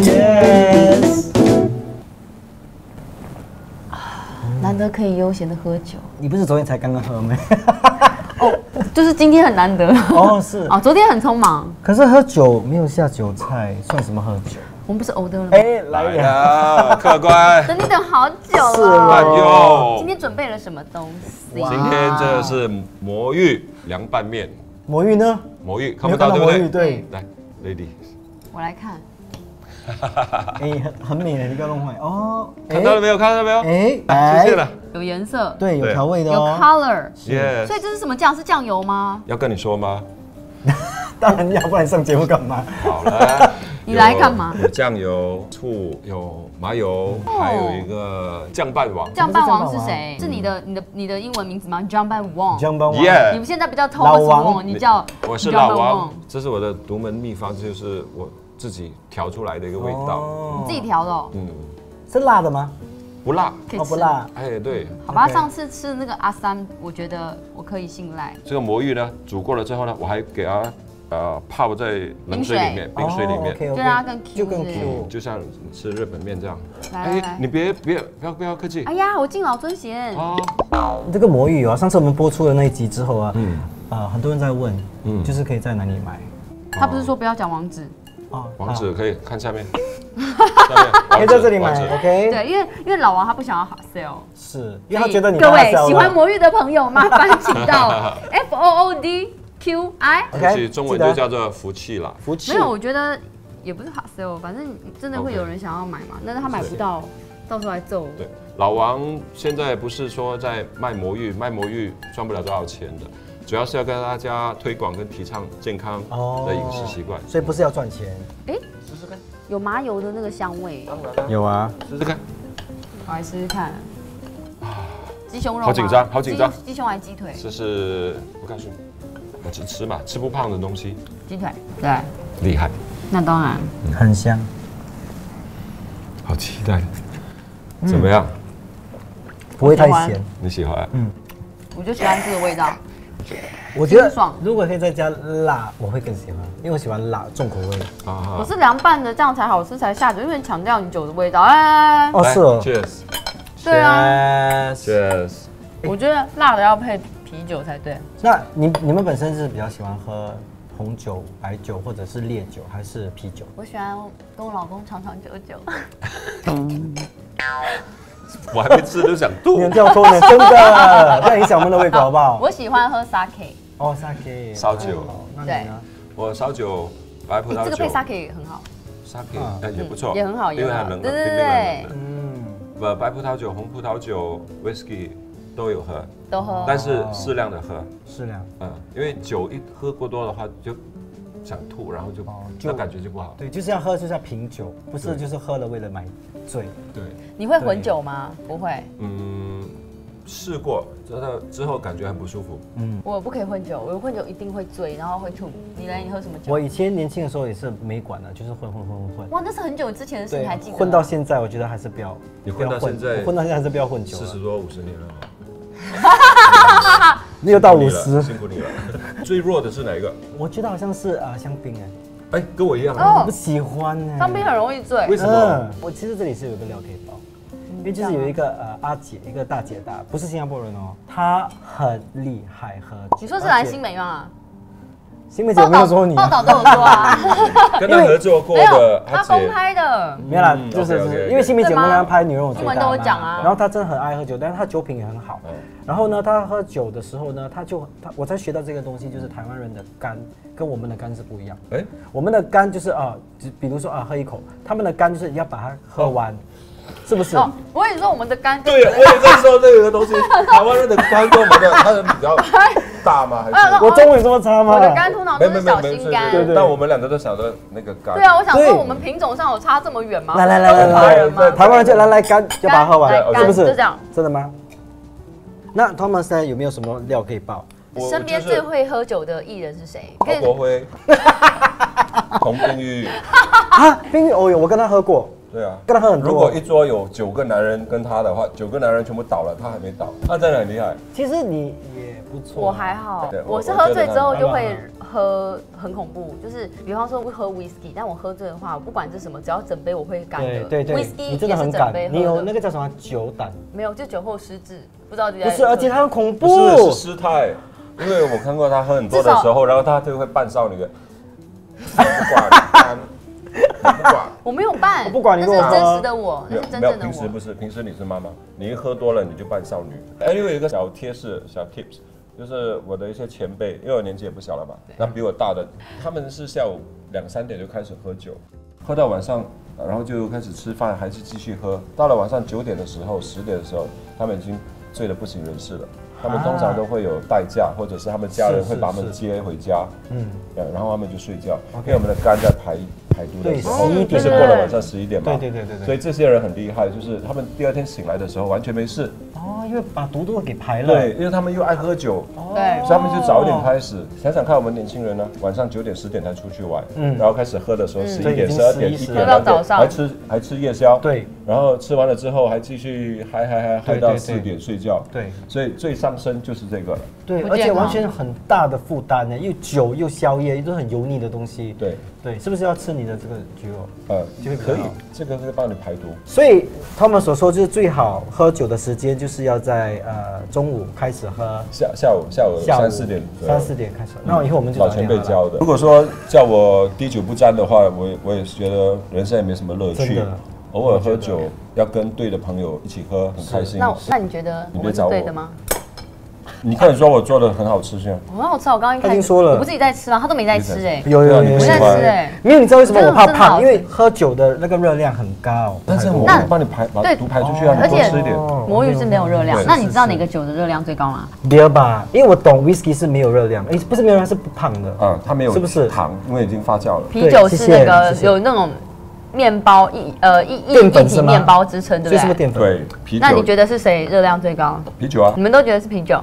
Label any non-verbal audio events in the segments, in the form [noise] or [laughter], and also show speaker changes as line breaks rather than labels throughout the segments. Yes，
难得可以悠闲的喝酒，
你不是昨天才刚刚 [laughs] 喝吗？
就是今天很
[laughs]
难得。
哦，是。
哦，昨天很匆忙，
可是喝酒没有下酒菜，算什么喝酒？
我们不是偶的了吗？
哎，来
来啊
了。
了，客官。
等你等好久
是啊
哎
吗
了。
呦
今，天准备了什么东西？
今天这个是魔芋凉拌面，
魔芋呢？
魔芋看
没有
不到对不
魔芋，
对？
对。
来，lady，
我来看，
哎，很很美的，你不要弄坏哦。
看到了没有？看到了没有？
哎，
来出现了。
有颜色，
对，有调味的
有
哦。
color，
耶
嗯
所，以这是什么酱？是酱油吗？。
要跟你
[laughs]
说吗？
当然要，不然上节目干
[laughs]
嘛？
好了
你来干嘛
有有酱油、醋、有麻油，
哦
还有一个酱拌王。
酱拌王是谁？
嗯
是你的你的你的英文名字吗？John Ban Wong。
姜帮我。
你们
Yeah，
现在不叫 Thomas
老王哦
Wong，你叫
我是
John
老
Ban
王
Wong，，
这是我的独门秘方，就是我自己调出来的一个味道。
哦
自己调的哦，
嗯，
是辣的吗？
不辣。
可以
哦，不
吃。
辣。
哎，对，
好吧，
OK
上次吃那个阿三，我觉得我可以信赖。
这个魔芋呢，煮过了之后呢，我还给它呃泡在冷水里面，冰水里面。
面
就让它啊更 Q，
哦就更
是不是
Q
就像吃日本面这样。
嗯
哎
来来来
你别别不要不要客气
哎呀，我敬老尊贤，
啊！
这个魔芋啊，上次我们播出的那一集之后啊，
嗯
呃，很多人在问，
嗯
就是可以在哪里买
他不是说不要讲网址？
啊？
王
啊
子可以看下面，
可
下面
以哎在这里
王子
买，OK？
对，因为因为老王他不想要 hard sell，
是，因为他觉得你
各
太
位
小了
喜欢魔芋的朋友，麻烦请到 F O O D Q I。
这些
OK，
中
记
文
得
就叫做福气啦。
福气
没有，我觉得也不是 hard sell，反正真的会有人想要买嘛，但是他买不到，到时候来揍我。
对，老王现在不是说在卖魔芋，卖魔芋赚不了多少钱的，主要是要跟大家推广跟提倡健康的饮食习惯。
哦所以不是要赚钱。
试试看，
有麻油的那个香味，
当然啦，
有啊，
试试看。
我来试试看。鸡胸肉吗
好紧张好紧张
鸡鸡胸还是鸡腿？
这是我告诉你，我只吃嘛，吃不胖的东西
鸡腿，对，
厉害，
那当然。
很香。
好期待。怎么样？
不会太
喜欢
咸，
你喜欢？
我就喜欢这个味道，
我觉
清爽
得如果可以再加辣，我会更喜欢，因为我喜欢辣重口味。
啊
我是凉拌的，这样才好吃才下酒，因为强调你酒的味道。哎，
哦，是哦，
Cheers。
对啊，
Yes
Cheers。
哎
我觉得辣的要配啤酒才对。
那你你们本身是比较喜欢喝红酒、白酒，或者是烈酒，还是啤 [laughs] 酒？
我喜欢跟我老公长长久久，
哦
我还没吃都想
[laughs] 你
吐
很。跳脱呢，真的，不要影响我们的胃口好不好？
我喜欢喝 sake，
哦，sake
烧酒
哦那你呢？
我烧酒，白葡
你
萄
哎这
酒
个配 sake 也很好，
，sake，
嗯
哎也不错，
也很好
因为
也很
它
好
冷
对
的，
对
冰冰冷冷
嗯，
的。不，白葡萄酒、红葡萄酒、whisky 都有喝，
都喝。
但是适量的喝，
适量。
嗯，因为酒一喝过多的话就想吐，然后就
哦就
那感觉就不好。
对，就是要喝就是要品酒，不是就是喝了为了买醉。
对，
你会混酒吗？不会，
嗯，试过，真的之后感觉很不舒服。
嗯
我不可以混酒，我混酒一定会醉，然后会吐。你来，你喝什么酒
我？以前年轻的时候也是没管的，就是混混混混混。
哇，那是很久之前的事，你还记得？
混到现在，我觉得还是不要。
你
不要
混到现在
我混到现在还是不要混酒
四
了
十，多五十年了，
六到五
辛苦你了
十，
辛苦你了。 [laughs] 最弱的是哪一个？
我觉得好像是啊、呃香槟哎，
哎，跟我一样啊，
哦
我不喜欢哎。
当兵很容易醉
为。什么？
嗯，我其实这里是有一个料可以包，
嗯
因为就是有一个
啊
呃阿姐，一个大姐大，不是新加坡人哦，她很厉害喝酒。
你说是来新美吗？
新梅姐有没有说你啊？
报道都有说
[laughs]
啊，
跟他合作过
没有
的，阿
他
姐
公。开的。
没有啦，
嗯
就是
OK，OK，
就是
OK
因为新梅姐我们刚拍《女人我最大》
新闻都
嘛
会讲啊
然后她真的很爱喝酒，但是她酒品也很好。
嗯
然后呢，她喝酒的时候呢，她就她我才学到这个东西，就是台湾人的肝跟我们的肝是不一样。
哎，
我们的肝就是啊，只比如说啊，喝一口，他们的肝就是要把它喝完，
嗯
是不是？啊
哦，我跟你说，我们的肝跟
对，我也在说这个东
[laughs]
西。台湾人的肝跟我们的他们比较大吗？还是？
我中文有这么差吗？
我的肝通常都是哦小心肝。
对对
但我们两个都想着那个肝。
对啊，我想
对
说我们品种上有差这么远吗？
来来来来
都是华
来
人
来，
吗？
台湾人就来来干，就把它喝完，哦
来
是不是？
干就这样。
真的吗？那 Thomas 呢有没有什么料可以爆？
我
身边
我就
最
是
会喝酒的艺人是谁？
陶
跟 [laughs]
国辉、洪冰玉，
啊，冰玉哦有，我跟他喝过，
对啊，
跟他很多
如果一桌有九个男人跟他的话，九个男人全部倒了，他还没倒，他真的很厉害。
其实你也不错。啊
我还好
对，我
我是喝醉之后就会喝很恐怖，就是比方说会喝 whisky，但我喝醉的话，我不管是什么，只要整杯我会干
对
的。
对对，
whisky
你真的
也是
很
整
敢
杯，
你有
喝
那
的。
个叫什么酒胆？
没有，就酒后失智，不知道就在
不是，而且他很恐
不是
怖
是。失态，因为我看过他喝很多的时候，然后他就会扮少女的， [laughs] 我不管， [laughs] 干我不管。
我没有办，
我不管你
那
跟我
是
喝
真实的我，那
没有
是真
没有，
正的
平时不
我。
是，平时你是妈妈，你一喝多了你就扮少女。Anyway，有一个小贴士、小 tips，就是我的一些前辈，因为我年纪也不小了嘛，那比我大的，他们是下午两三点就开始喝酒，喝到晚上，然后就开始吃饭，还是继续喝。到了晚上九点的时候、十点的时候，他们已经醉得不省人事了。他们通常都会有代驾，或者是他们家人
啊是
会把他
是
们
是
接回家，
嗯，
呃然后他们就睡觉，因为我们的肝在排排毒的
对，
时
十
候，
一
就
点
是过了晚上十一点嘛，
对对对对对
所以这些人很厉害，就是他们第二天醒来的时候完全没事，
哦，因为把毒都给排了。
对，因为他们又爱喝酒，
哦
对
所以他们就早一点开始。想想看，我们年轻人呢，晚上九点十点才出去玩，
嗯
然后开始喝的时候十一
对
点、
已
十
经
二
11
点、一
12
点、
喝
到
两点
早，上
还吃还吃夜宵，
对，
然后吃完了之后还继续嗨嗨嗨嗨
对
到
对
四点睡觉，
对
所以最上身就是这个了，
对，
不
而且
健康
完全很大的负担呢，又酒又宵夜，都很油腻的东西。
对，
对，是不是要吃你的这个橘肉？
呃
就会，比较
可以
好，
这个会帮你排毒。
所以他们所说就是最好喝酒的时间就是要在呃中午开始喝，
下下午下午
下午
呃三四点左右，
三四点开始。那以后我们就
老
早
前
点
辈
喝了
教的。如果说叫我滴酒不沾的话，我也我也觉得人生也没什么乐
真
趣
的。
偶尔喝酒要跟对的朋友一起喝，很开心
那。我那你觉得
你
我
别
们
找
是
我
对的吗？
你看你说我做的很好吃，现在
我很好吃啊，我刚刚一
他
开
已
始
经说了
我不自己在吃吗？他都没在吃哎，
有有有有有
我
不
在
喜
吃
欢
哎。
没有，你知道为什么我怕
真的很
胖？
好
因为喝酒的那个热量很高。
但是我
那
帮你排把
对
毒排出去啊，
而
你多
且
吃一点。
魔芋是没有热量
对，
那你知道哪个酒的热量最高吗？
beer 吧，因为我懂 whisky 是没有热量，诶，不是没有热量，是不胖的。
啊，它没有
是不是
糖，因为已经发酵了。
啤酒
谢
是
谢
那个
谢谢
有那种面包一呃一一
淀
一
粉是
体
吗
面包支撑，
所以
对
是不
不
是
对？
淀粉？
对，啤酒。
那你觉得是谁热量最高？
啤酒啊
你？们都觉得是啤酒？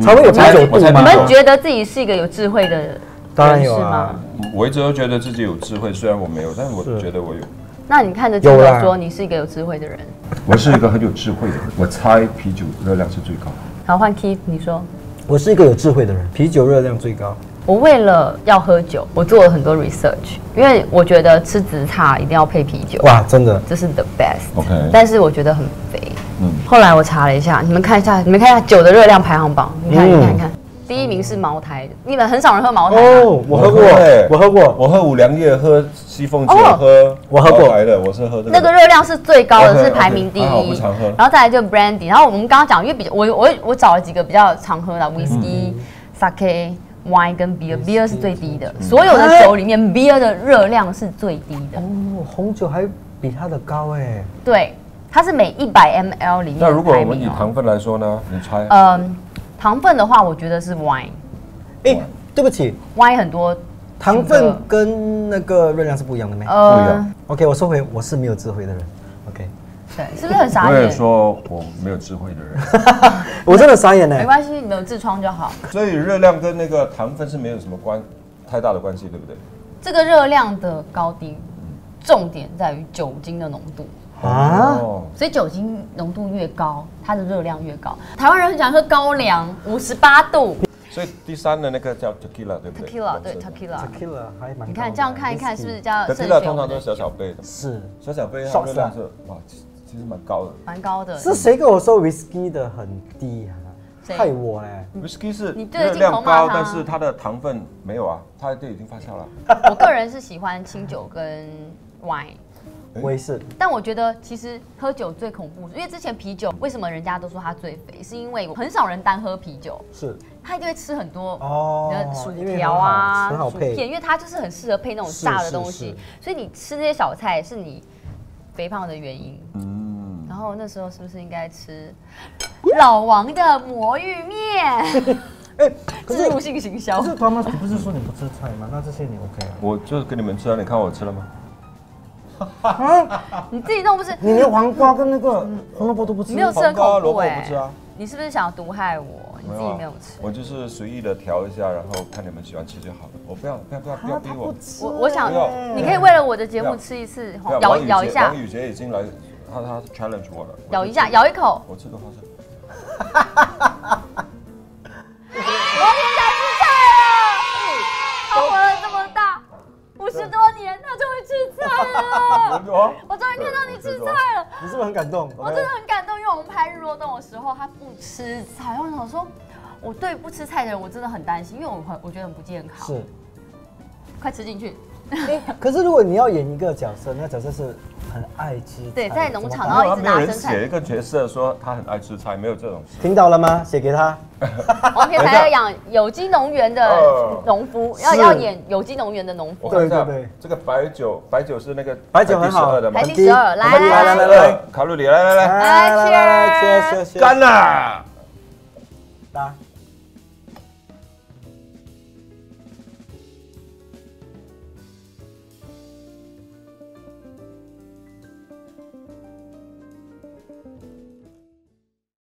稍微有啤酒
我
度
猜
你
吗
啤？酒
们觉得自己是一个有智慧的人
当然有
是
啊
吗？。
我一直都觉得自己有智慧，虽然我没有，但是我
是
觉得我有。
那你看着镜
有啦
头说你是一个有智慧的人，
我是一个很有智慧的人，我猜啤酒热量是最高。
好换 Keith，你说
我是一个有智慧的人，啤酒热量最高。
我为了要喝酒，我做了很多 research，因为我觉得吃紫茶一定要配啤酒，
哇，真的，
这是 the best。
OK
但是我觉得很肥。
嗯
后来我查了一下，你们看一下，你们看一下酒的热量排行榜，你
嗯
看，你看，你看，第一名是茅台，你们很少人喝茅台啊吧
哦，我喝过
欸，
我喝过，
我喝五粮液，喝西凤酒，
哦
喝
我喝过
茅台的，我是喝这个。
那个热量是最高的，
OK，
是排名第
OK，还好我不
一
常喝。
然后再来就 brandy，然后我们刚刚讲，因为比较我我我找了几个比较常喝的
嗯
whisky、sake、wine 跟 beer，beer 是最低的。所有的酒里面，beer 的热量是最低的。
哦，红酒还比它的高哎。
对，它是每一百 ml 里面。啊
那如果我们以，
哦
糖分来说呢？你猜？
嗯，糖分的话，我觉得是 wine，wine
诶，对不起，
很多，
糖分跟那个热量是不一样的没
不一样
呃，
？OK，我说回我是没有智慧的人。OK，
对，是不是很傻
我也
眼？
说我没有智慧的
[laughs]
人，
我真的傻眼
没
呢。
关系，你们有痔疮就好。
所以热量跟那个糖分是没有什么关太大的关系，对不对？
这个热量的高低，重点在于酒精的浓度。
啊，
哦，
所以酒精浓度越高，它的热量越高。台湾人很喜欢喝高粱，五十八度
所以第三的那个叫 tequila，对不对
tequila，对
tequila。
tequila。
tequila 还蛮高的。
你看这样看一看，是不是
Whisky？
叫慎
嗯 tequila
选
通
我
常
们
都
的
是小小
酒？
杯的，
是。
小小杯它
Shots
热量是哇，其其实蛮高的。
蛮高的。
是谁跟我说 whisky 的很低啊？
谁
害我嘞！
whisky 是
嗯你对着
热
镜头
量
骂
高，
他
但是它的糖分没有啊，它都已经发酵了。
我个人是喜欢清酒跟 wine。
诶
我也是，
但我觉得其实喝酒最恐怖，因为之前啤酒为什么人家都说它最肥，是因为很少人单喝啤酒，
是
他一定会吃很多
哦
呃薯
因为
条啊、
很好很好
薯
配
片，因为它就是很适合配那种
是
炸的
是
东
是
西，所以你吃那些小菜是你肥胖的原因。
嗯，
然后那时候是不是应该吃老王的魔芋面？
哎，可
[laughs] 自
是
入性行销
可，是妈妈不是说你不吃菜吗？那这些你 OK 啊？
我就给你们吃啊，你看我吃了吗？
你自己弄不是？
你连黄瓜跟那个红萝卜都不吃？
没有吃很
黄
恐
瓜萝
怖
卜我
哎、
不吃啊
你是不是想毒害我？你自己没有吃。
啊我就是随意的调一下，然后看你们喜欢吃就好了。我不要不要不要
啊
不要逼我，
我我想
不要，
你可以为了我的节目
不要
吃一次
不要。，
咬
王宇
咬
杰
一下
王，宇杰已经来，他他 challenge 我了，我就
咬一下，
吃，
咬一口。
我吃个花生。
我们小吃菜了，他活了这么大，五十多年，他终于吃菜了。
哦
[laughs] 我终于看到你吃菜了，
你是不是很感动？
我真的很感动，因为我们拍《日落洞》的时候，他不吃菜，然后我想说，我对不吃菜的人我真的很担心，因为我很我觉得很不健康。
是。
快吃 [laughs] 进去。
可是如果你要演一个角色，那角色是很爱吃菜，
对在农场
怎么办
然后一
他
直
没有
拿
人
生菜
写一个角色说他很爱吃菜，没有这种事。
听到了吗？写给他。
王天才要养有机农园的
哦
农夫，要
是
要演有机农园的农夫。
我看一下
对对对
这个白酒，白酒是那个
白酒很好
排第12的吗
排？第
很低
十二来
我们
来
来来
来
来哎
来，卡路里，来来来，
来来来来来，
Cheers
切切切，
干啦！
打